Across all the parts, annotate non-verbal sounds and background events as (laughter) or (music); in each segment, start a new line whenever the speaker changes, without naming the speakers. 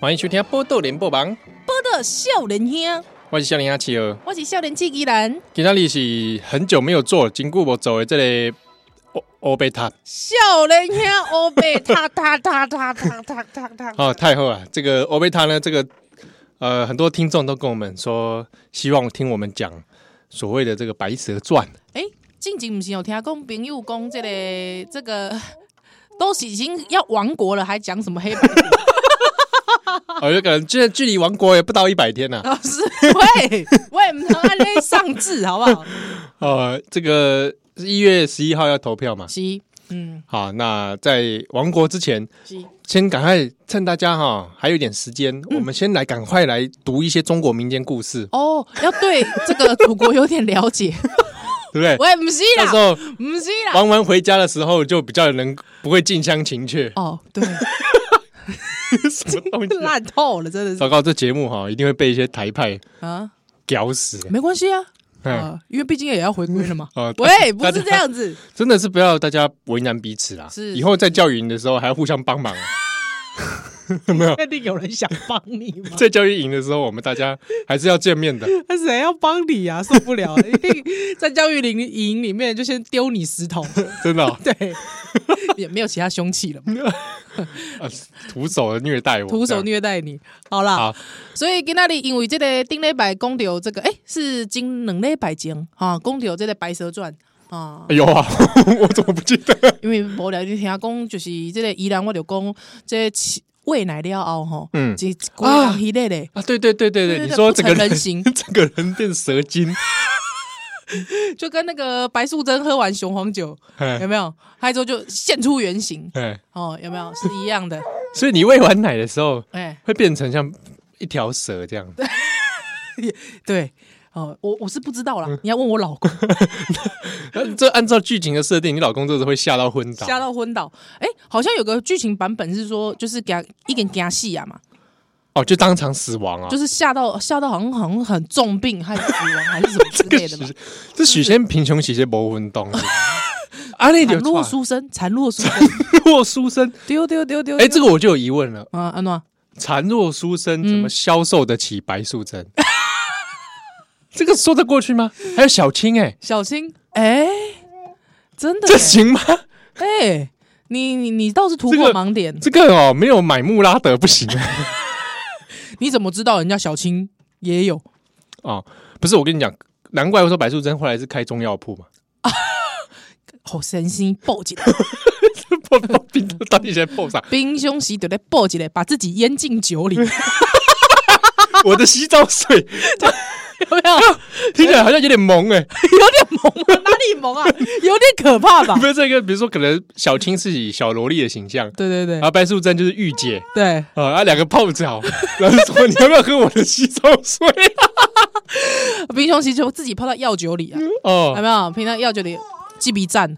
欢迎收听《波豆联播榜》，
报道少年兄，
我是少年阿七儿。
我是少年纪依然，
今天你是很久没有做，真久无做的这个欧欧贝塔
少年兄欧贝塔塔塔塔塔塔塔塔，
哦，太后啊！这个欧贝塔呢，这个呃，很多听众都跟我们说，希望听我们讲所谓的这个《白蛇传》。
诶，近近不是有听讲朋友讲这个这个。都是已经要亡国了，还讲什么黑白
哦，有可能距距离亡国也不到一百天呐、
老师？喂喂，唔能按那上志好不好？
呃，这个一月十一号要投票嘛。
是，嗯，
好，那在亡国之前，
是，
先赶快趁大家哈还有点时间，我们先来赶快来读一些中国民间故事，
哦，要对这个祖国有点了解。
对不对？
喂，唔是
到时
啦，
候
唔是
(laughs)
啦。。
玩完回家的时候，就比较能不会近乡情怯
(laughs) 哦，对，
什么东西啊？
烂透了，真的是
糟糕，这节目哈一定会被一些台派
啊，
屌死。
没关 (laughs) 系啊，
嗯，
啊，因为毕竟也要回归了嘛。
哦
喂，不
大
是
家
这样子，
真的是不要大家为难彼此啦。
是
以后在教育营的时候还要互相帮忙。有没
(laughs)
有
确定有人想帮你 (laughs) 吗？
在教育营的时候，我们大家还是要见面
(laughs)
的。
那谁要帮你啊？受不了 (laughs) 了！一定在教育营营里面就先丢你石 (laughs) 头，
真的哦
对，嗯也没有其他凶器了嘛，
啊，徒手的虐待我，
徒手虐待你。好啦，
好
所以今那里因为这个顶礼拜公到这个，哎、是今两礼拜前啊，公到这个《白蛇传》啊， (laughs)
这样。哎呦啊， (laughs) 我怎么不记得？
因为无聊就听讲，就是这个宜兰我就讲这个喂奶了后吼，
嗯
这龟啊迄类嘞，
啊，对对对对
对对
你说
不
整
成
个人 (laughs)
人形
整个人变蛇精，
就跟那个白素贞喝完雄黄酒。有
哎
没有？嗨之后就现出原形
哎，
哦，有没有是一样的？
所以你喂完奶的时候
哎、
会变成像一条蛇这样。
对哦，我我是不知道
嗯
啦，你要问我老公，
(laughs) 呃这按照剧情的设定，你老公就是会吓到昏倒。
吓到昏倒。哎、好像有个剧情版本是说，就是给他一点给他戏呀啊嘛，
哦，就当场死亡啊！
就是吓到吓到好像好像很重病还是死亡还是什么之类的嘛
(laughs) 这，这许仙贫穷时些无昏动。啊，那
惨
就
若书生，惨若书
(laughs)
生，
若书生，
丢丢丢丢。
哎，这个我就有疑问了。
啊安诺，
孱弱书生怎么消受得起白素贞？
(laughs)
这个说得过去吗？还有小青，哎，
小青，哎、真的耶
这，行吗？
哎、你你你倒是突
这
破
个
盲点，
这个哦，没有买穆拉德不行 (laughs) 啊！
你怎么知道人家小青也有？
哦，不是，我跟你讲，难怪我说白素贞后来是开中药铺嘛。 (laughs)
好哦神心报警。 (laughs)
破破冰到底在破啥？
冰凶洗就在爆起来，把自己淹进酒里，有
我的洗澡
(laughs)
水
没有？
听起来好像有点萌哎。
有点萌啊，哪里萌啊？有点可怕吧
(laughs) 不？是这个，比如说可能小青是以小萝莉的形象，
对对
然
对
后白素贞就是御姐
对，
啊，然后两个泡澡， (laughs) 然后说你要不要喝我的洗澡水？ (laughs)
冰凶洗就自己泡到药酒里啊，有
哦，
没有？平常药酒里鸡鼻赞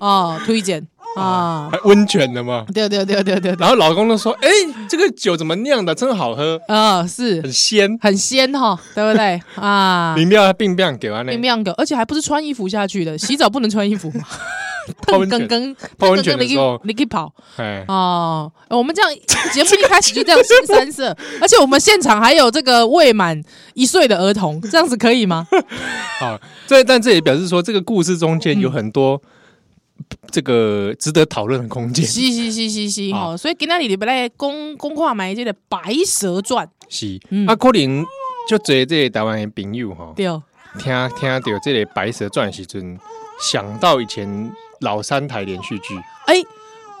啊，推荐啊，
还温泉的嘛。
对对对对对对
然后老公就说：“哎，这个酒怎么酿的？真好喝，
啊，是
很鲜。
很鲜哈，对不对啊？
饮料并不给完呢
冰，冰的，而且还不是穿衣服下去的，洗澡不能穿衣服嘛，
泡温
更
泉。
更
泡温泉的时候
你可以跑。
哎，
哦，呃我们这样 (laughs) 节目一开始就这样新三色，而且我们现场还有这个未满一岁的儿童，这样子可
(laughs)
以吗？
好，这但这也表示说，这个故事中间有很多这个值得讨论的空间。
嘻嘻嘻嘻嘻
好
哦，所以今天你不来公公话买这个《白蛇传》
是
嗯，
啊，可能就做这个台湾的朋友哈，
对，哦
听听到这个《白蛇传》的时阵，想到以前老三台连续剧，
哎，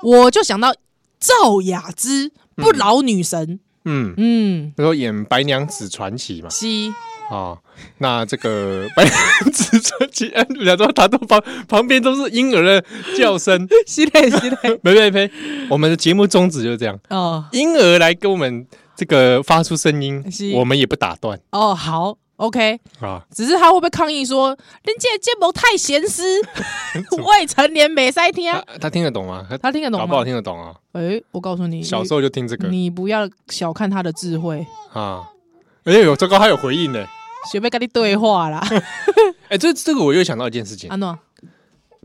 我就想到赵雅芝不老女神，
嗯，
嗯，
那时候演《白娘子传奇》嘛，
西
啊、那这个《白娘子传奇》，哎，人家说他都旁旁边都是婴儿的叫声， (laughs)
西嘞西嘞，
没没没，我们的节目宗旨就是这样，
(laughs) 哦
婴儿来跟我们这个发出声音
是，
我们也不打断
哦，好，OK，
啊，
只是他会不会抗议说，人家的节目太咸
(laughs)
湿，未成年没塞听，
他他听得懂吗？他
他听得哎懂
啊搞
啊吗？
不好听得懂啊，
哎、我告诉你，
小时候就听这个
你不要小看他的智慧，
啊，哎呦，糟糕，他有回应呢。
学妹跟你对话啦。
哎、这这个我又想到一件事情，
安诺，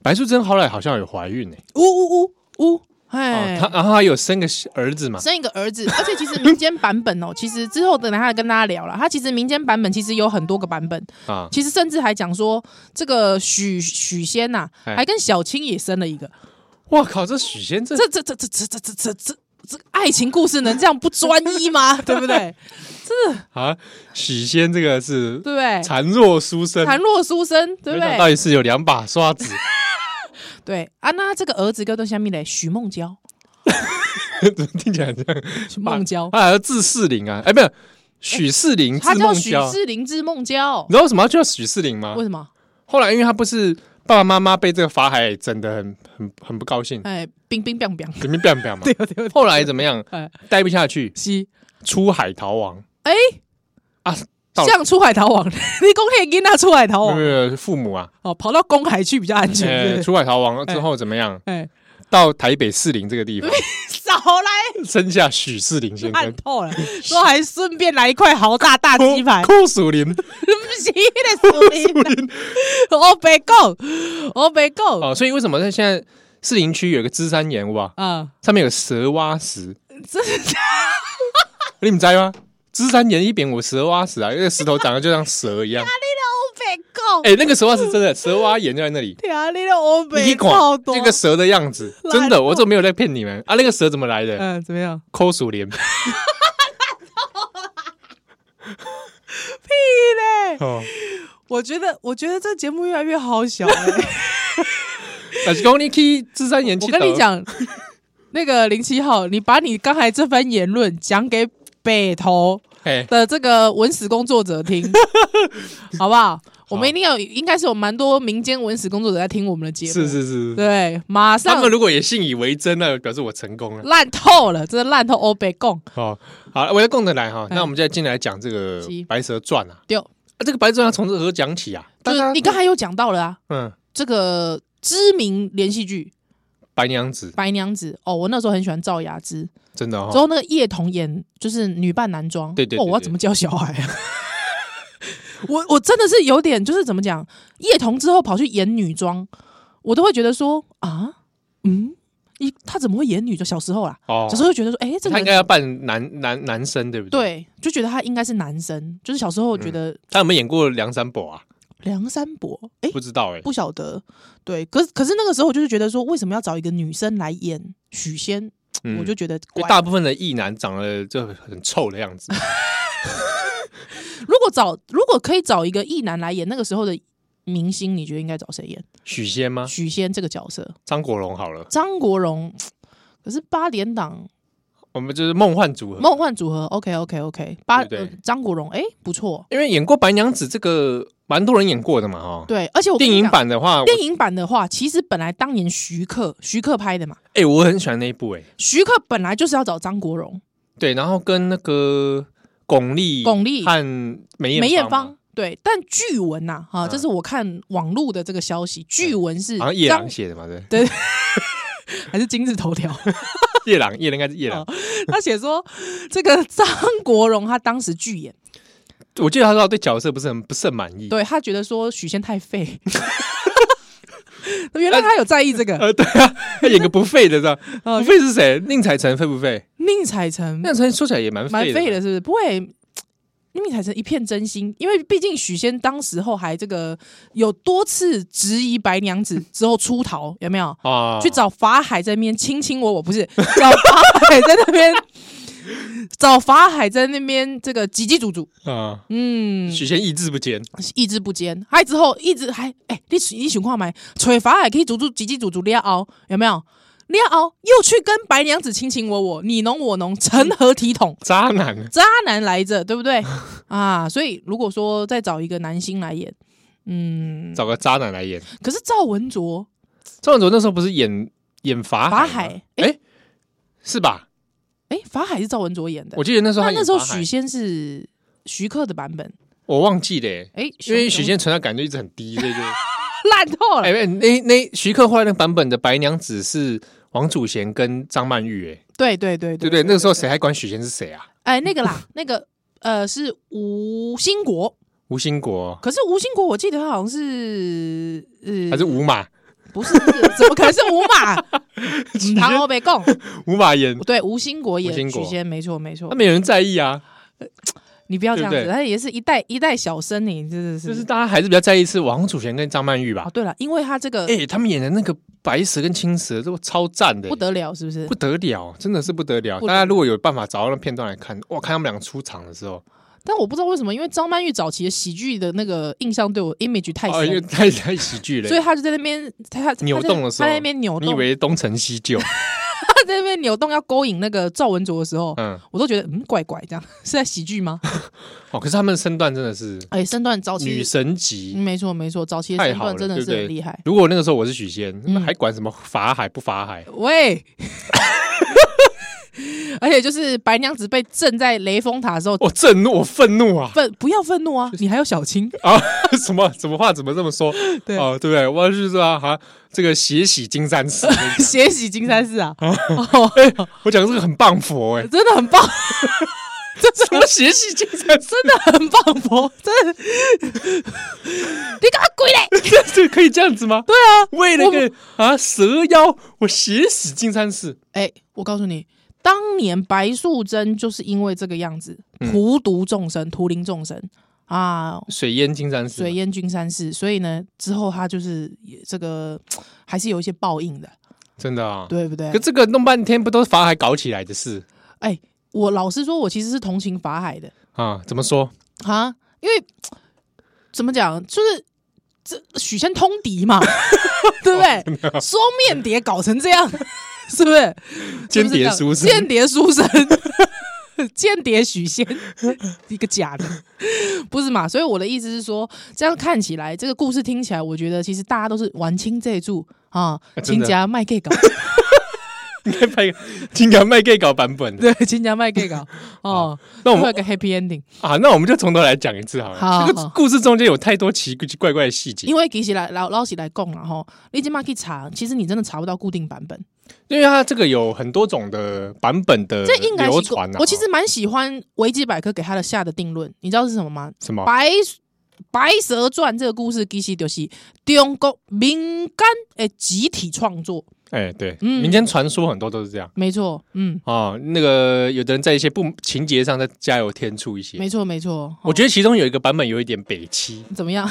白素贞后来好像有怀孕呢、欸
呜呜呜呜，
哦
哎，
他然后他有生个儿子嘛，
生一个儿子，而且其实民间版本哦，其实之后等一下跟大家聊了。他其实民间版本其实有很多个版本，
啊，
其实甚至还讲说这个许许仙呐、
哎
还跟小青也生了一个。
哇靠，这许仙这
这这这这这这这这这这个爱情故事能这样不专
(laughs)
一吗？对不对？
啊，许仙这个是
对不对？
孱弱书生，
孱弱书生，对
没
不
想到
对？
也是有两把刷子， (laughs)
对啊，那这个儿子叫做下面嘞，许梦娇，
怎么听起来很像
许梦娇，
他还要字世林啊，哎，不是许世林，
他
字
叫
梦
许
娇。
志玲，字梦娇
你，知道为什么要叫许世林吗
为？什么？
后来因为他不是爸爸妈妈被这个法海整得很很很不高兴，
哎，冰冰冰冰， (laughs)
里面变变嘛。
对对，
后来怎么样
哎？
待不下去，
是
出海逃亡。
哎
啊，到
像出海逃亡，你公可以跟他出海逃
没有
亡
没有父母啊，
哦，跑到公海去比较安全。是
呃，
不是
出海逃亡之后怎么样？
哎，
到台北士林这个地
(laughs)
方，
少来
生下许世林先
烂
生，
透了，说还顺便来一块豪大大鸡排，
酷鼠林
(laughs) 不是那个树林，啊我白讲，我白讲
哦。所以为什么在现在士林区有一个芝山岩哇，
啊！
上面有蛇蛙石，
这
你们知道吗？芝山岩一边有蛇蛙石啊，那个石头长得就像蛇一样。
我白讲，
哎，那个蛇蛙石真的，蛇蛙岩就在那里。
天啊，你的我白
你看
好多。
那个蛇的样子，
懒
真的，我
惰
这没有在骗你们啊！那个蛇怎么来的？
嗯，怎么样？
抠鼠
(laughs)
林。
屁嘞！
哦，
我觉得，我觉得这节目越来越好笑欸。
但啊是讲你去芝山岩，
我跟你，
(laughs)
讲，那个零七号，你把你刚才这番言论讲给北投
哎，
的这个文史工作
(laughs)
者听，好不好？我们一定要，应该是有蛮多民间文史工作者在听我们的节目，
是是是，
哦对，马
他
上
们如果也信以为真那表示我成功了。
烂透了，真的烂透欧北贡
哦，好，我要供得来哈。
哎
那我们就进来讲这个
是
《白蛇传》啊。
对
啊，这个《白蛇传》要从何讲起啊？
就
大
是
家
你刚才有讲到了啊，
嗯，
这个知名连续剧
白娘
《
子
白娘子》哦，我那时候很喜欢赵雅芝，
真的哦
之
哈，
后那个叶童演就是女扮男装，
对对
哦，
对
我要
对
怎么教小孩啊？ (laughs) 我我真的是有点就是怎么讲，叶童之后跑去演女装，我都会觉得说啊，嗯，你他怎么会演女装？小时候啦，
哦
小时候就觉得说，哎、这
他
个
应该要扮男男男生对不对？，
对，就觉得他应该是男生，就是小时候觉得
他有没有演过梁山伯
哎
啊？
梁山伯，哎、
不知道哎，
不晓得，对，可是可是那个时候我就是觉得说，为什么要找一个女生来演许仙？
嗯
我就觉得
因为
怪。
大部分的异男长得就很臭的样子，
(laughs) 如果找如果可以找一个艺男来演那个时候的明星，你觉得应该找谁演？
许仙吗？
许仙这个角色，
张国荣好了，
张国荣。可是八点档
我们就是梦幻组合，
梦幻组合，OK OK OK，八
对对
呃张、国荣，哎、不错，
因为演过白娘子这个蛮多人演过的嘛，哈。
对，而且我跟
电
你
影
讲
版的话，我
电影版的话，其实本来当年徐克徐克拍的嘛，
哎、我很喜欢那一部哎、
徐克本来就是要找张国荣、
对，然后跟那个巩俐、
巩俐
和梅
梅艳
艳芳
芳
嘛，，
对，但据闻呐、哈、
嗯
这是我看网络的这个消息，据闻是
好像夜郎
嗯张 (laughs)
写的嘛，对，
还是今日头条，
夜郎夜郎应该是夜郎
哦，他写说这个张国荣他当时拒演，
我记得他说他对角色不是很不甚满意，
对他觉得说许仙
(laughs)
太废，原来他有在意这个。
呃，对啊，他 (laughs) 演个不废的，知道
哦
不废是谁？宁采臣废不废？
宁采臣
宁采臣说起来也蛮
蛮
废
废
的
的，是不是？不会，宁采臣一片真心，因为毕竟许仙当时候还这个有多次质疑白娘子之后出逃，有没有？
啊，
去找法海在那边亲亲我，我不是找法海在那边， (laughs) 找法海在那边这个挤挤足足，
啊，
嗯，
许仙意志不坚，
意志不坚，还之后一直还哎、你你情况没？吹法海可以足足挤挤足足撩熬，有没有？撩熬又去跟白娘子卿卿我我，你侬我侬，成何体统？
渣男啊
渣男来着，对不对啊？所以如果说再找一个男星来演，嗯，
找个渣男来演。
可是赵文卓、
赵文卓那时候不是演演法
法
海吗，
海，哎
是吧？
哎，法海是赵文卓演的
我，记得那时候
那
他
那
演
时候
法海
许仙是徐克的版本，
我忘记了耶，
哎，
因为许仙存在感就一直很低，所以就
(laughs) 烂透
(laughs)
了
哎，，那那那徐克后来那个版本的白娘子是王祖贤跟张曼玉，哎，
对对对
对不对？那个时候谁还管许仙是谁啊？
哎，那个啦，那个呃是吴兴国，
吴兴国
可是吴兴国我记得他好像是
还是吴马？
不是，不是怎么可能是五
(laughs)
马？唐欧北贡，
无法演，
对，吴兴国也
吴兴国
许仙，没错没错
那。没有人在意啊，
你不要这样
对
子，
不对
他也是一代一代小生，你真的是。
就是大家还是比较在意是王祖贤跟张曼玉吧
哦，。对了，因为他这个
哎、他们演的那个白蛇跟青蛇都超赞的、
不得了，是不是
不？得了，真的是不得了！
不得
大
了
家如果有办法找到那片段来看，哇，看他们俩出场的时候，
但我不知道为什么，因为张曼玉早期的喜剧的那个印象对我 image 太
哦，因为
深，
太太喜剧了，
所以他就在那边他他
扭动的时候
他在那边扭
你以
动，
为东成西就？
(laughs) 他在那边扭动要勾引那个赵文卓的时候，
嗯，
我都觉得嗯怪怪，这样 (laughs) 是在喜剧吗？
哦，可是他们的身段真的是
哎，身段早
女
期，
神级。
嗯没错没错，早期的
太
身
好
段
了
真的
对不
是很
对
厉害。
如果那个时候我是许仙，
嗯
那还管什么法海不法海？
喂， (laughs) 而且就是白娘子被震在雷峰塔的时候，
我震怒，我愤怒啊！
愤不要愤怒啊，你还有
(laughs)
小青，
啊，什么什么话怎么这么说？
对
哦，对不对？我是说啊，哈这个血洗金山
(laughs)
寺，我跟你讲
血洗金山寺 (laughs) 啊，哦，
我讲这个很棒佛哎、
真的很棒， (laughs)
什么血洗金山寺？
真的很棒，婆，真的，你给我鬼
(laughs)
嘞！
这可以这样子吗？对啊，为了个啊蛇妖，我血洗金山寺。
哎，我告诉你，当年白素贞就是因为这个样子，
嗯
荼毒众生，图灵众生啊，
水淹金山寺，
水淹君山寺，所以呢，之后他就是也这个还是有一些报应的，
真的啊。
对不对
可？这个弄半天不都是法海搞起来的事
哎，我老实说，我其实是同情法海的
啊？怎么说？
啊，因为怎么讲，就是这许仙通敌
(laughs)
嘛，对
哦
不对？双面谍搞成这样， (laughs) 是不是？
间谍
是
书
不是
生
这样间谍书生， (laughs) 间谍许仙， (laughs) 一个假的，不是嘛？所以我的意思是说，这样看起来，这个故事听起来，我觉得其实大家都是玩清这一注啊，
真
亲
的
家卖 gay 搞，
(laughs) 应该拍一个金刚麦 gay 搞版本的。
对，亲家卖 gay 搞，
(laughs)
哦，
那我
会有
们
一个 happy ending。
啊，那我们就从头来讲一次好了。
好
这个
好嗯
故事中间有太多奇奇怪怪的细节，
因为其实来老老实来讲了吼，你今嘛去查，其实你真的查不到固定版本。
因为它这个有很多种的版本的
这应该
流
是
传啊。
我其实蛮喜欢维基百科给他的下的定论，你知道是什么吗？
什么
白白蛇传这个故事其实就是中国民间诶集体创作，
哎，对，
嗯
民间传说很多都是这样
没错，嗯，
啊。那个有的人在一些不情节上再加油添醋一些。
没错没错。哦
我觉得其中有一个版本有一点北欺，
得怎么样？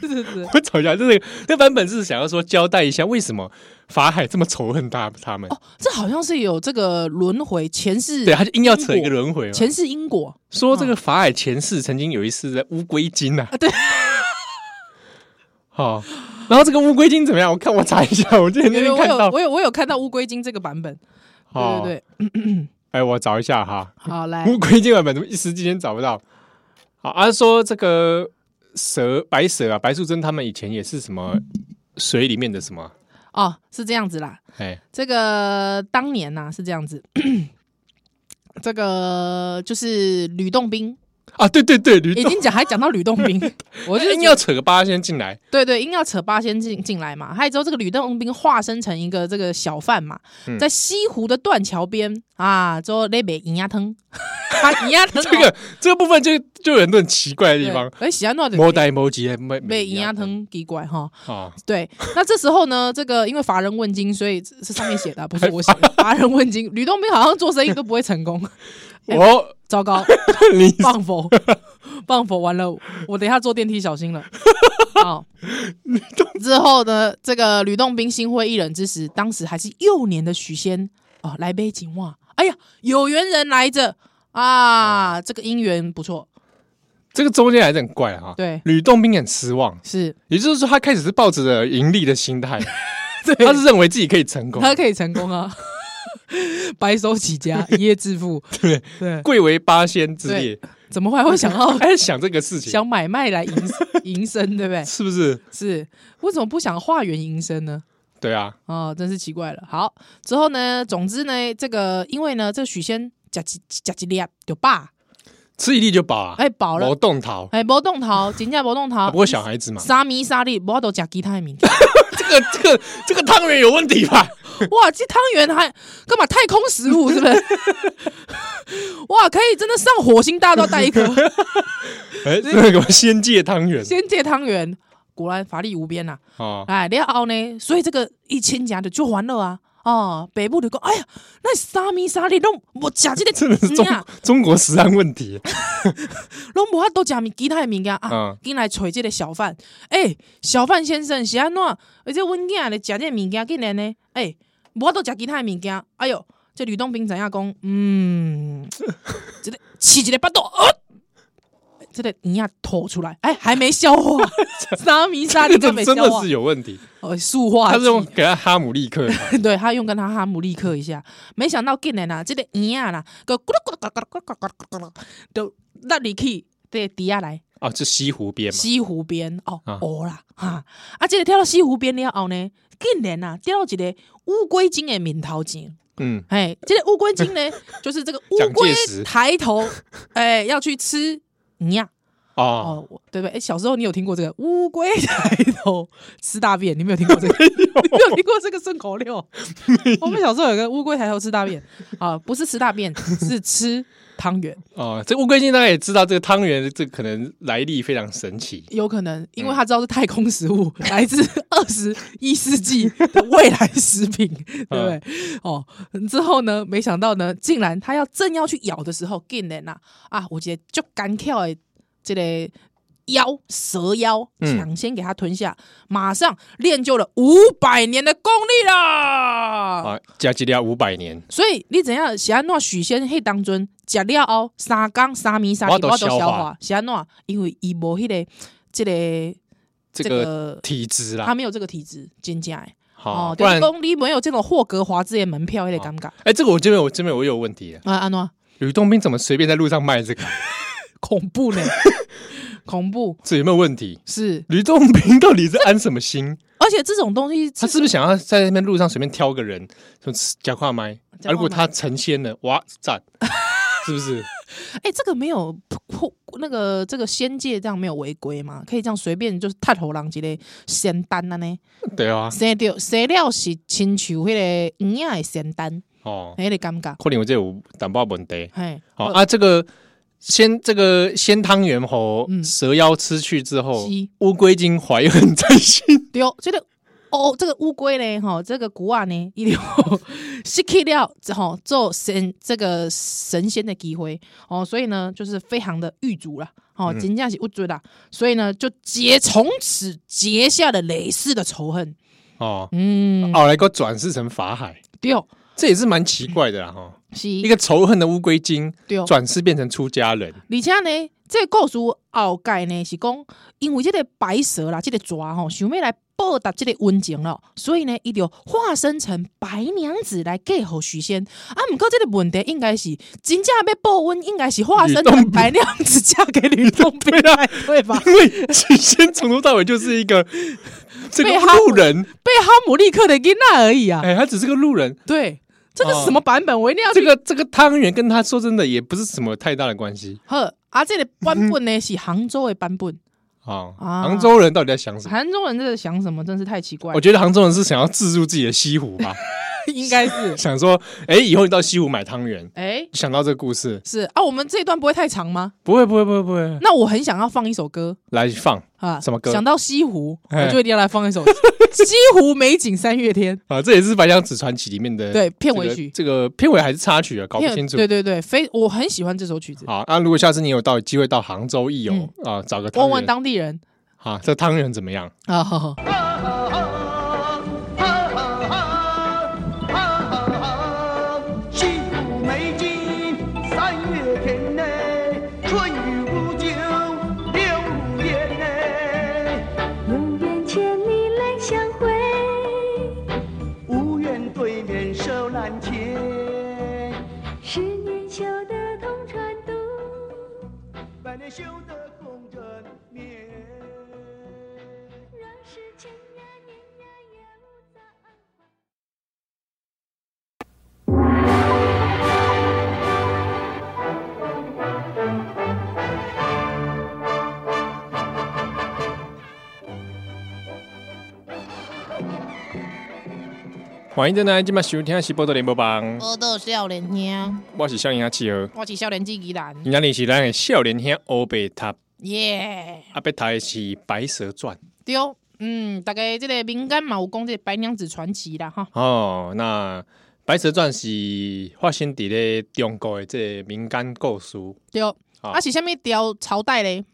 是是是，
(laughs) 我吵架，就是那版本是想要说交代一下为什么法海这么仇恨他他们，
哦，这好像是有这个轮回前世
对，他啊就硬要扯一个轮回嘛，
前世因果，
说这个法海前世曾经有一世在乌龟精呐、啊，
嗯对，
(laughs) 好、然后这个乌龟精怎么样？我看我查一下，我今天那
因为
天
我
看
有
到，
我有我有看到乌龟精这个版本，对
哦
对对，哎
哎，我找一下哈，
好来，
乌龟精版本怎么一时之间找不到？好，啊，说这个蛇白蛇啊，白素贞他们以前也是什么
嗯
水里面的什么？
哦是这样子啦，
哎，
这个当年呐、是这样子， (clears throat) 这个就是吕洞宾，
啊，对对对，驴
已
洞，
经讲还讲到吕洞
(laughs)
宾，我就
硬
是
要哎扯个八仙进来，
对对，硬要扯八仙进进来嘛。还有之后这个吕洞宾化身成一个这个小贩嘛，
嗯
在西湖的断桥边啊，之后那杯银
(laughs)
鸭汤，啊银鸭汤
这个这个部分就就有很多很奇怪的地方，，
哎喜欢那
莫呆莫吉没
被银鸭汤奇怪哈。
啊，
对，那这时候呢，这个因为乏人问津，所以是上面写的啊、不是我写的。乏人问津，吕洞宾好像做生意都不会成功，哎
我
糟 (laughs) 糕。
你
放 (laughs) 佛，放佛完了，我等一下坐电梯小 (laughs) 心了。好，之后呢，这个吕洞宾心灰意冷之时，当时还是幼年的许仙哦，来杯井哇，哎呀，有缘人来着
哦
啊，这个姻缘不错，
这个中间还是很怪哈、
对，
吕洞宾很失望， (laughs)
是
也就是说，他开始是抱着着盈利的心态，
(laughs) 对
他是认为自己可以成功，
他可以成功啊， (laughs) 白手起
(laughs)
家，一夜致富，
对
对，
贵为八仙之列，
怎么会会想
(laughs)
到
他在想这个事情，
想买卖来营营生，对不对？
是不是？
是为什么不想化缘营生呢？
对啊，
哦，真是奇怪了。好，之后呢，总之呢，这个因为呢，这许仙夹几夹几粒就罢，
吃一粒就饱啊，
哎饱
劳
了，
动逃，
哎无动头，真正无动
啊
头
不。过小孩子嘛，
沙米沙粒，我都夹其他的物件。
这个这个这个汤圆有问题
(laughs)
吧？
哇，这汤圆还干嘛？太空食物是不是？哇，可以真的上火星大道带一颗
哎哎，那个仙界汤圆，
仙界汤圆果然法力无边呐、
哦，
哎，了后呢，所以这个一亲家的就还了啊。哦，北部就讲，哎呀，那啥咪啥哩，拢无食这个
真的是中
物啊，
中国食安问题，
拢无法度食物其他的物件啊
嗯，
紧、来找这个小贩。哎、小贩先生是安怎？而且阮囝咧食这个物件，竟然呢，哎、无法度食其他的物件。哎哟，这吕洞宾知影讲？嗯， (laughs) 这个饲一个巴肚，呃这个鱼啊吐出来，哎、还没消化，
(laughs)
沙弥沙你
这
都
真
没消
的
化
是，有问题。
呃，塑化
他是用
剂，
给他哈姆立克，
(laughs) 对他用跟他哈姆立克一下，没想到竟然啊，这个鱼啊啦，个咕噜咕噜咕噜咕噜咕噜咕噜咕噜咕噜，都落里去，这个底下来。
哦，就西湖边嘛，
西湖边哦，
啊
哦啦哈，啊，这个跳到西湖边了后呢，竟然啊掉到一个乌龟精的面头前，
嗯，
哎，这个乌
(laughs)
龟精呢，就是这个乌
蒋
龟
介石
抬头， (laughs) 哎，要去吃呀，
哦，
哦，我对不对？哎，小时候你有听过这个乌龟抬头 (laughs) 吃大便？你没有听
(laughs)
过这个？你没有听过这个顺口溜？我们小时候有个乌龟抬头吃大便啊，不是吃大便，是吃汤圆。
哦，这乌龟精大家也知道，这个汤圆这可能来历非常神奇，
有可能，因为
嗯
他知道是太空食物， (laughs) 来自二十一世纪的未来食品， (laughs) 对不对？
嗯
哦，之后呢，没想到呢，竟然他要正要去咬的时候，竟然呐啊，我觉得就干跳的这个妖蛇妖
嗯
抢先给他吞下，马上练就了五百年的功力啦！
啊，加吉利亚五百年，
(laughs) 所以你怎样是安怎许仙迄当阵食了后三工三暝三
我
更
都
我都
消
消
化
化，是安怎样？因为伊无迄个即、个。
这
这
个
个
体质
他
啦，
没有这个体质，真假哎。
好，不
对，就是
然，
公你没有这种霍格华兹的门票，有点尴尬。
哎，这个我这边我这边我有问题了，
啊，安诺，
吕洞宾怎么随便在路上卖这个？
恐怖
(laughs)
呢，恐怖
这有没有问题？
是，
吕洞宾到底是安什么心？
而且这种东西，
他是不是想要在那边路上随便挑个人，说假话麦？
假
啊
话麦
如果他成仙了，哇，赞，是不
(laughs)
是？
哎，这个没有破那个这个仙界这样没有违规嘛？可以这样随便就是探头狼之类仙丹啊呢？
对啊，
生掉生了是亲像迄个鱼仔的仙丹，
哦，
迄个尴尬。
可能我这有淡薄问题。
嘿，
好啊，这个先这个鲜汤圆猴
嗯
蛇妖吃去之后
是，
乌龟精怀恨在心，
对，这个哦，这个乌龟呢，吼，这个古啊呢， (laughs) 伊就失去了吼做神这个神仙的机会哦，所以呢，就是非常的狱卒啦，哦，
嗯
真正是狱卒啦，所以呢，就结从此结下了累世的仇恨。
哦，
(laughs) 嗯，
后来给我转世成法海，
对，
这也是蛮奇怪的啦哈。
是
一个仇恨的乌龟精
对，而
转世变成出家人， (laughs)
且呢，这个故事后盖呢是讲，因为这个白蛇啦，这个蛇吼，想要来报答这个温情了，所以呢，伊就化身成白娘子来嫁予许仙。啊，毋过这个问题应该是真正要报温，应该是化身成白娘子嫁给吕洞宾才对啊吧？
因为许仙从头到尾就是一个 (laughs) 这个
被哈姆
路人，
被哈姆立克的囡娜而已啊。啊
哎，他只是个路人。
对，这个是什么版本？我一定要
这
去。
个这个汤圆跟他说真的也不是什么太大的关系
好，啊，这个版本呢是杭州的版本。
啊。
啊
杭州人到底在想什么？
杭州人在想什么，真是太奇怪
我
了。
觉得杭州人是想要自入自己的西湖吧，
(laughs)
(laughs)
应该 (laughs) 是，
想说，哎，以后你到西湖买汤圆，
哎、
想到这个故事，
是啊，我们这一段不会太长吗？
不会不会不会不会，
那我很想要放一首歌
来放
啊，
嗯什么歌
想到西湖，
嘿
我就一定要
(laughs)
来放一首《西湖美景三月天》
啊！这也是《白娘子传奇》里面的
对
这
片
个
尾曲，
这个片尾还是插曲啊，搞不
片
清楚
对。对对，非我很喜欢这首曲子，
好，那如果下次你有到机会到杭州一游啊，找个汤
嗯问问
圆
当地人
啊，这汤圆怎么样？
啊，好好
西湖美景三月天嘞，春雨无酒柳如烟嘞，
永远千里来相会，
无缘对面手难牵。
十年修得同船渡。
百年修得共枕眠。
若是情呀年呀夜路早。
欢迎的呢，今晚收听的是《波多联播榜》，
我都少年兄，
我是笑脸阿企鹅，
我是少年纪依然，
今天你是咱的笑脸兄欧贝塔
耶、
阿贝塔的是《白蛇传》
对哦，嗯，大概这个民间嘛有讲这个《白娘子传奇》啦，哈，
哦，那《白蛇传》是发生伫咧中国的这个民间故事，
对哦，
好
啊是下面朝朝代嘞，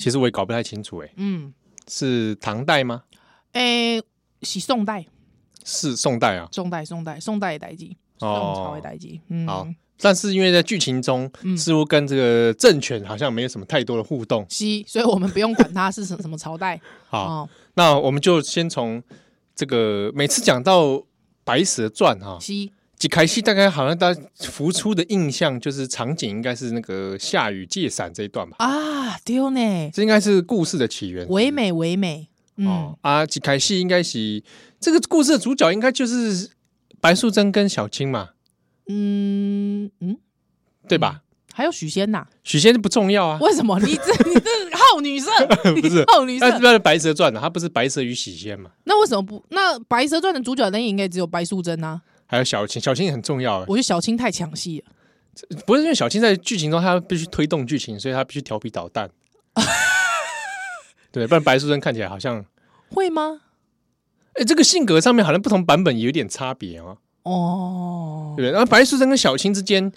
其实我也搞不太清楚，诶，
嗯，
是唐代吗？
诶、是宋代，
是宋代啊？
宋代，宋代，宋代的代志，宋朝的
哦，
代志，嗯，
好。但是因为在剧情中，似乎跟这个政权好像没有什么太多的互动。
是，所以我们不用管它是什什么
(laughs)
朝代
好，
哦，
那我们就先从这个每次讲到《白蛇传》哈，
是，
几开戏大概好像大家浮出的印象就是场景应该是那个下雨借伞这一段吧，
啊，对
(laughs)
呢，
这应该是故事的起源。
唯美唯美，嗯，
哦啊，几开戏应该是这个故事的主角应该就是白素贞跟小青嘛，
嗯嗯，
对吧？
还有许仙呐、 (laughs)
许仙不重要啊，
为什么你这你这好女色，
(laughs) 不是
好女
那
色
不？是《白蛇传》啊，它不是白蛇与许仙嘛？
那为什么不？那《白蛇传》的主角那也应该只有白素贞啊。
还有小青，小青也很重要啊。
我觉得小青太抢戏了，
不是因为小青在剧情中，她必须推动剧情，所以她必须调皮捣蛋。对，不然白素贞看起来好像，
会吗？
哎、这个性格上面好像不同版本有点差别哦，对
哦
不，对？然后白素贞跟小青之间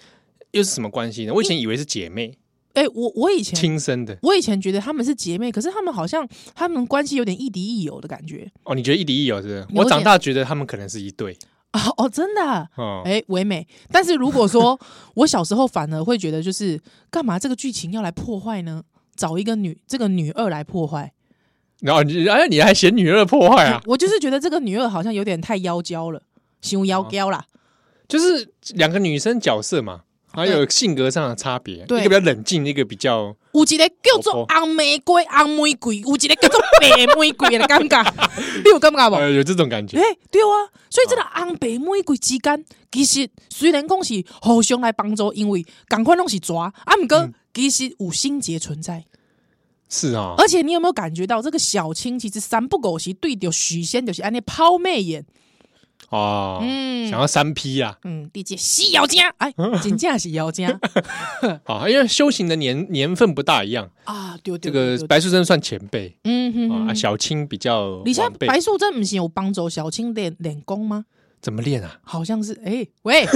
又是什么关系呢？我以前以为是姐妹，
哎、我我以前
亲生的。
我以前觉得她们是姐妹，可是她们好像她们关系有点亦敌亦友的感觉
哦，你觉得亦敌亦友是不是？
点
我长大觉得他们可能是一对。
啊！哦，真的啊、
哦，
哎、唯美。但是如果说我小时候反而会觉得，就是干嘛这个剧情要来破坏呢？找一个女这个女二来破坏，
然后你哎，你还嫌女二破坏啊？
我就是觉得这个女二好像有点太妖娇了，形妖娇啦。
就是两个女生角色嘛，还有性格上的差别，一个
哎对
比较冷静，一个比较
有一个叫做红玫瑰、红玫瑰，有一个叫做白玫瑰的感觉， (laughs) 你有感觉无？
呃有这种感
哎、
觉。
对啊，所以这个红白玫瑰之间，其实虽然讲是互相来帮助，因为赶快拢是抓，啊，毋过其实有心结存在。
是啊，
而且你有没有感觉到，这个小青其实三不狗时对着许仙就是安尼抛媚眼，
哦，
嗯
想要三 P 啊，
嗯，第一是妖精，哎， (laughs) 真正是妖精
啊，因为修行的年年份不大一样，
啊，对
这
对对
个
对
白素贞算前辈
嗯哼
啊，
哼，
小青比较
你像
晚辈。
白素贞不是有帮助小青练练功吗？
怎么练啊？
好像是，哎、
(laughs)
喂，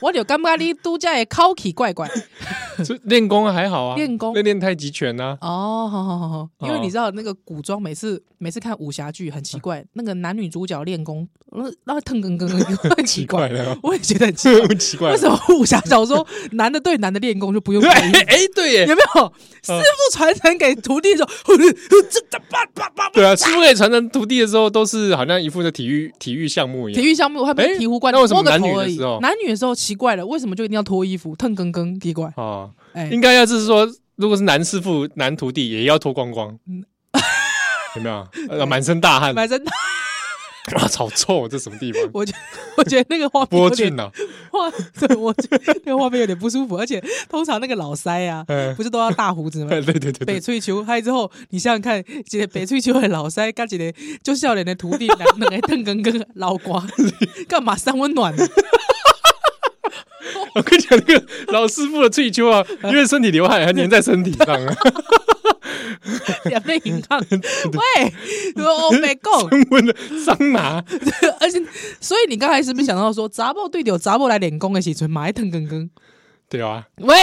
我就感觉你度假的口气怪怪。
所以练功还好啊，
练功
练练太极拳啊，
哦，好好好好，因为
哦
你知道那个古装每次每次看武侠剧很奇怪，那个男女主角练功，呃那会腾腾腾腾，很奇
(laughs) 奇 (laughs)
怪，
怪
(laughs)
了，
我也觉得很奇怪。
很奇怪了。
为什么武侠小说男的对男的练功就不用
对？嗯
配音
(laughs) 哎哎，对耶，
有没有师傅传承给徒弟的时候，这这叭叭叭叭，
对啊，师傅给传承徒弟的时候，都是好像一副的体育体育项目一
体
样。
育项目还不是
哎
醍醐灌
那为
顶，
什么
摸个
男女
头
的
而已
时候。
男女的时候奇怪了，为什么就一定要脱衣服？腾更更奇怪，
哦，
哎，
应该要是说，如果是男师傅、男徒弟，也要脱光光，
嗯
(laughs) 有没有？呃，满身大汗，
买真的，
哇，好臭！哦这什么地方？
我觉得 (laughs) 我觉得那个画面有
波
点
郡啊，
画， (laughs) 对我觉得那个画面有点不舒服，而且通常那个老腮啊，
嗯
不是都要大
(laughs)
胡子吗？
哎对对对对
北
对，
翠球，嗨之后，你想想看，一个北翠球的老腮，跟一个 (laughs) 就笑脸的徒弟，两两个邓根跟老瓜，干嘛三温暖呢？ (laughs)
我跟你讲，那个老师傅的翠秋
(laughs)
啊，因为身体流汗还粘在身体上啊，
两边银 (laughs) 行，喂，我没 (laughs) 够，
升温的桑拿，
而且，所以你刚才是不是想到说，杂报对流杂报来练功的时阵，买邓根根？
对啊，
(laughs) 喂，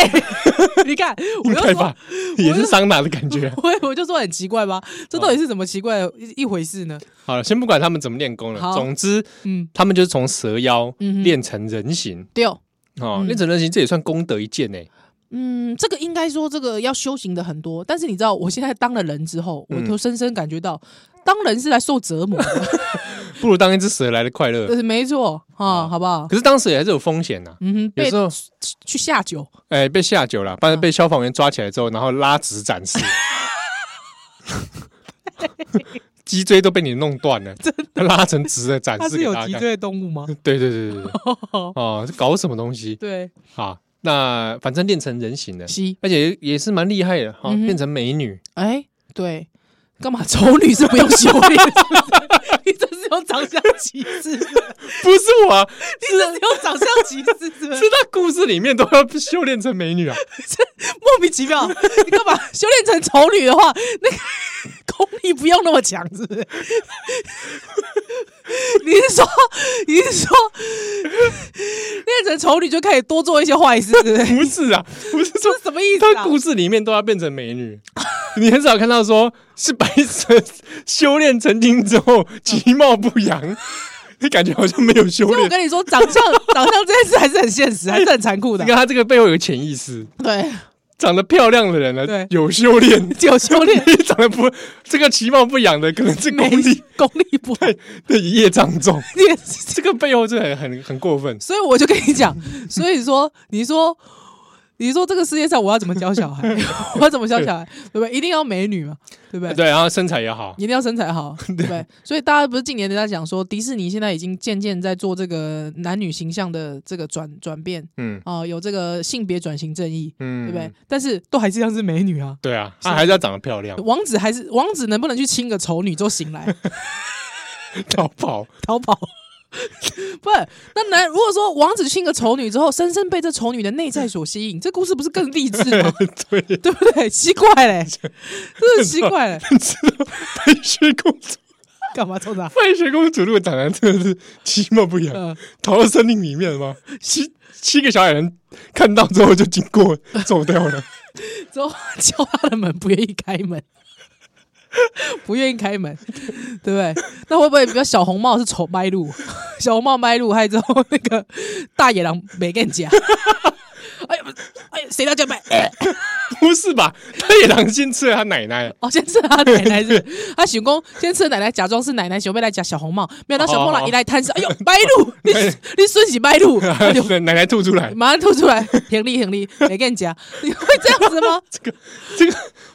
(laughs) 你看，我
应
又
该
说 (laughs) 哦
吧，也是桑拿的感觉。
我我就说很奇怪吧，这到底是怎么奇怪的一一回事呢？
好了，先不管他们怎么练功了，
好
总之
嗯，
他们就是从蛇妖
嗯哼
练成人形
对哦，
哦，练成人形这也算功德一件欸呢。
嗯，这个应该说这个要修行的很多，但是你知道，我现在当了人之后，我
嗯
就深深感觉到，当人是来受折
(laughs)
磨的，
不如当一只蛇来的快乐。
对，没错啊，
哦
好不好？
可是当时也还是有风险啊呐，
嗯哼，
有
被
时候
去下酒，
哎被下酒了，不
嗯
然被消防员抓起来之后，然后拉直展
(laughs)
示，脊椎都被你弄断了，拉成直的展
它
示
是
给
有
大
脊
家看。
椎的动物吗？
对对对对对，哦，这搞什么东西
(laughs) 对，
啊？那反正练成人形了，
是，
而且也也是蛮厉害的哈，
嗯哼
变成美女。
哎，对，干嘛？丑女是不用修炼的， (laughs) 是不是你这是用长相歧视， (laughs) 是不是
不是我
(laughs)
啊，
你这是用长相歧
(laughs)
视，是不是
是他故事里面都要修炼成美女啊。
(laughs) 莫名其妙，你干嘛修炼成丑女的话，那个 (laughs) 功力不用那么强，是 (laughs) 不是？你是说，你是说， (laughs) 练成丑女就可以多做一些坏事，对不对？
不是啊，不是
这
说
是什么意思
(laughs) 他
啊？
故事里面都要变成美 (laughs) 女，你很少看到说是白蛇修炼成精之后其貌不 (laughs) 扬，你感觉好像没有修
所以我
炼。
跟你说，长相 (laughs) 长相这件事还是很现实，还是很残酷的啊
你。看他这个背后有个潜意识，
对，
长得漂亮的人呢
对，
有修炼，
有修炼，
你长得不这个其貌不扬的，可能是功
没
力
功力不好。
(laughs) 对一夜障重，
你也是
这个背后真的很很很过分。
所以我就跟你讲，所以说，你说，你说这个世界上我要怎么教小 (laughs) 孩？我要怎么教小孩？对不对？一定要美女嘛，对不对？
对，然后身材也好，
一定要身材好， (laughs) 对不对。所以大家不是近年都在讲说，迪士尼现在已经渐渐在做这个男女形象的这个转转变
嗯
哦、有这个性别转型正义，
嗯，
对不对？？但是 (laughs) 都还是像是美女啊，
对啊，他还是要长得漂亮，
王子还是王子能不能去亲个丑女就醒来
(laughs) 逃跑。
逃跑？ (laughs) 不，那男如果说王子亲个丑女之后，深深被这丑女的内在所吸引，这故事不是更励志吗？
对，
对不对？奇怪嘞，真是奇怪嘞，
(laughs) 知道白雪公主，
干嘛抽他？
白雪公主如果长得真的是其貌不扬，
嗯，
逃到森林里面了
(laughs)
吗？七七个小矮人看到之后就经过走掉
(laughs)
了，
之后敲他的门，不愿意开门， (laughs) 不愿意开门，对不对？那会不会比较小红帽是丑麦路， (laughs) 小红帽麦路，还有之后那个大野狼没跟讲。 (laughs) 哎呀，哎呀，谁要叫卖？
不是吧？他野狼先吃了他奶奶，
哦，先吃他奶奶是不是，他想公先吃奶奶，假装是奶奶，想要来夹小红帽，没有，那小
哦
红帽一来摊上，哎呦，麦路，
(laughs)
你你顺起麦路，他就
奶奶吐出来，
哎马上吐出来， (laughs) 很厉很厉，没跟你讲，你会这样子
(laughs)
吗？
这个这个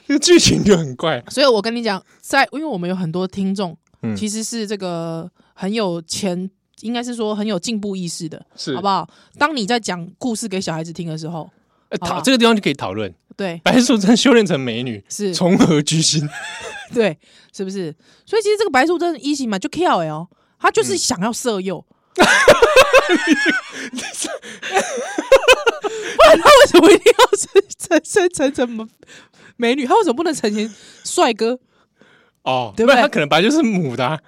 这个剧情就很怪。
所以我跟你讲，在因为我们有很多听众，
嗯
其实是这个很有前，应该是说很有进步意识的，
是
好不好？当你在讲故事给小孩子听的时候，
呃
好
讨
吧
这个地方就可以讨论
对
白素贞修炼成美女
是
从何居心？
(laughs) 对，是不是？所以其实这个白素贞一行嘛，就 K L L，他就是
嗯
想要色
(laughs)
诱。不然他为什么一定要成成成成成美女？他为什么不能呈现帅哥？
哦，
(laughs) 对不
不
对
然她可能本来就是母的
(laughs)
啊，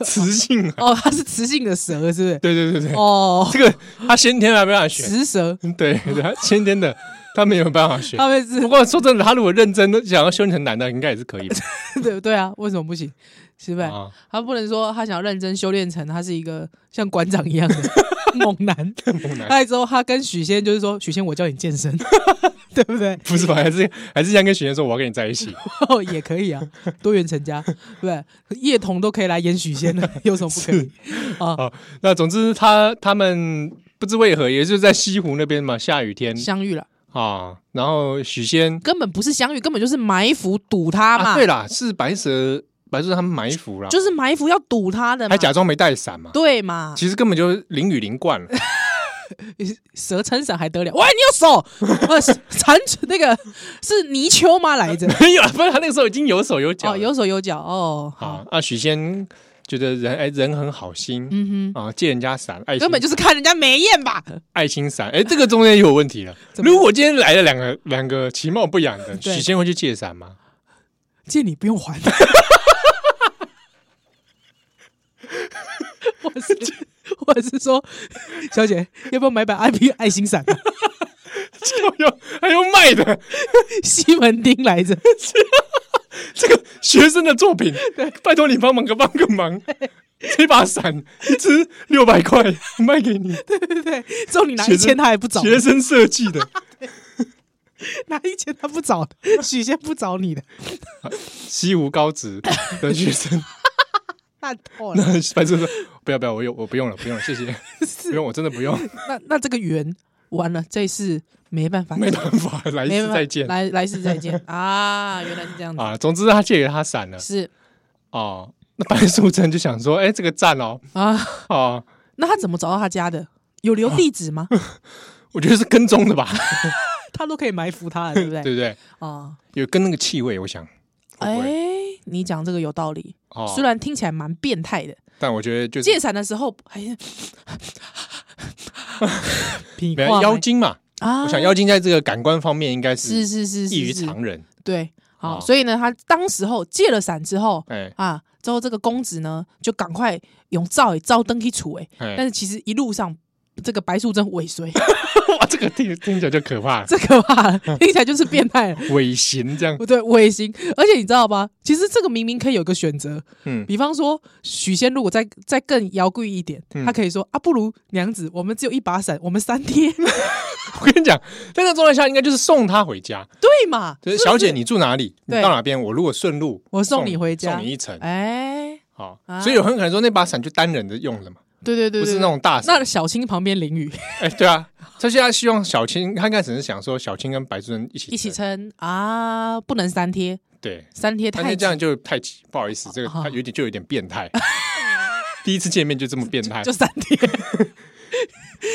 雌性啊。
哦，他是雌性的蛇，是不是？
对对对对，
哦，
这个她先天还没办法学，
雌蛇，
对对，她先天的她没有办法学。
他们是 (laughs)
不过说真的，她如果认真的想要修炼成男的，应该也是可以吧？
对对啊，为什么不行？是不是？
啊，
他不能说他想要认真修炼成他是一个像馆长一样的 (laughs) 猛男。
猛男
来之后，他跟许仙就是说：“许仙，我教你健身， (laughs) 对不对？
不是吧？还是还是想跟许愿说，我要跟你在一起。
哦，也可以啊，多元成家，对不对？叶童都可以来演许仙了，有什么不可以？啊，
哦，那总之他他们不知为何，也就是在西湖那边嘛，下雨天
相遇了，
啊，然后许仙
根本不是相遇，根本就是埋伏堵他嘛。
啊，对啦，是白蛇白蛇他们埋伏啦，
就是埋伏要堵他的嘛，
还假装没带伞嘛，
对嘛？
其实根本就淋雨淋
(laughs)
惯了。
蛇撑伞还得了？喂，你有手？呃， (laughs) 残那个是泥鳅吗？来着？
没有，啊不是他那个时候已经有手有脚了
哦，有手有脚哦，好
啊，。那许仙觉得人哎人很好心，
嗯
啊借人家伞，爱心
哼，根本就是看人家眉艳吧？
爱心伞，哎这个中间也有问题了。
(laughs) 怎么
如果今天来了两个两个其貌不扬的，
对
许仙会去借伞吗？ (laughs)
借你不用还。我是我是说，小姐要不要买把 IP 爱心伞、啊？
还有还有卖的，
西门町来着，
这个学生的作
(laughs)
品，拜托你帮忙个帮个忙，这把伞一支六百块卖给
(laughs)
你，
对不对？之后你拿
学
一
生
千他还不找，
学生设计
(laughs)
的，
拿一千他不找，许仙不找你的，
西湖高职
(laughs)
的学生， (laughs)
烂透
那
了。
白色说不要不要，我有我不用了，不用了，谢谢，
(laughs)
不用，我真的不用，
那那这个缘完了，这一次没办法，
没办法，来
(laughs) 没
世
办法
再见
来来世再
(laughs)
见啊！原来是这样子，
啊！总之他借给他伞了
是
哦。那白素贞就想说，哎，这个赞哦，
啊。
哦，
那他怎么找到他家的？有留地
(laughs)
址吗？
我觉得是跟踪的吧，
他都可以埋伏他了，对不对？
对不对？
啊，
有跟那个气味，我想，会
哎
不会，
你讲这个有道理，
哦
虽然听起来蛮变态的。
但我觉得就是
借伞的时候，
(laughs)
哎呀，屁
没有妖精嘛，
啊
我想妖精在这个感官方面应该是
是是是是
异于
是
常人
对好，
哦
所以呢，他当时候借了伞之后
哎
啊，之后这个公子呢就赶快用照照灯去处哎，
哎
但，是其实一路上这个白素贞尾随， (laughs)
哇，这个听听起来就可怕了，
这可怕了，听起来就是变态了。
尾行这样， (laughs)
不对，尾行，而且你知道吗？其实这个明明可以有个选择，
嗯，
比方说许仙如果再再更摇贵一点，
嗯
他可以说啊，不如娘子，我们只有一把伞，我们
(laughs)
三天，
我跟你讲，在那状态下应该就是送她回家，
对嘛？
就是小姐你住哪里，你
对
到哪边，我如果顺路，
我送你回家
送你一程，
哎，
好
啊，
所以有很可能说那把伞就单人的用了嘛，
对对对
不
对
是那种大伞
那，小青旁边淋雨
哎，对啊，他现在希望小青，他一开始是想说小青跟白素贞一起
一起
撑
撑啊，不能三贴，
对，
三贴
但
太
是这样就太奇不好意思，这个
啊
他有点就有点变态， (laughs) 第一次见面就这么变态
就，三
(laughs)
贴。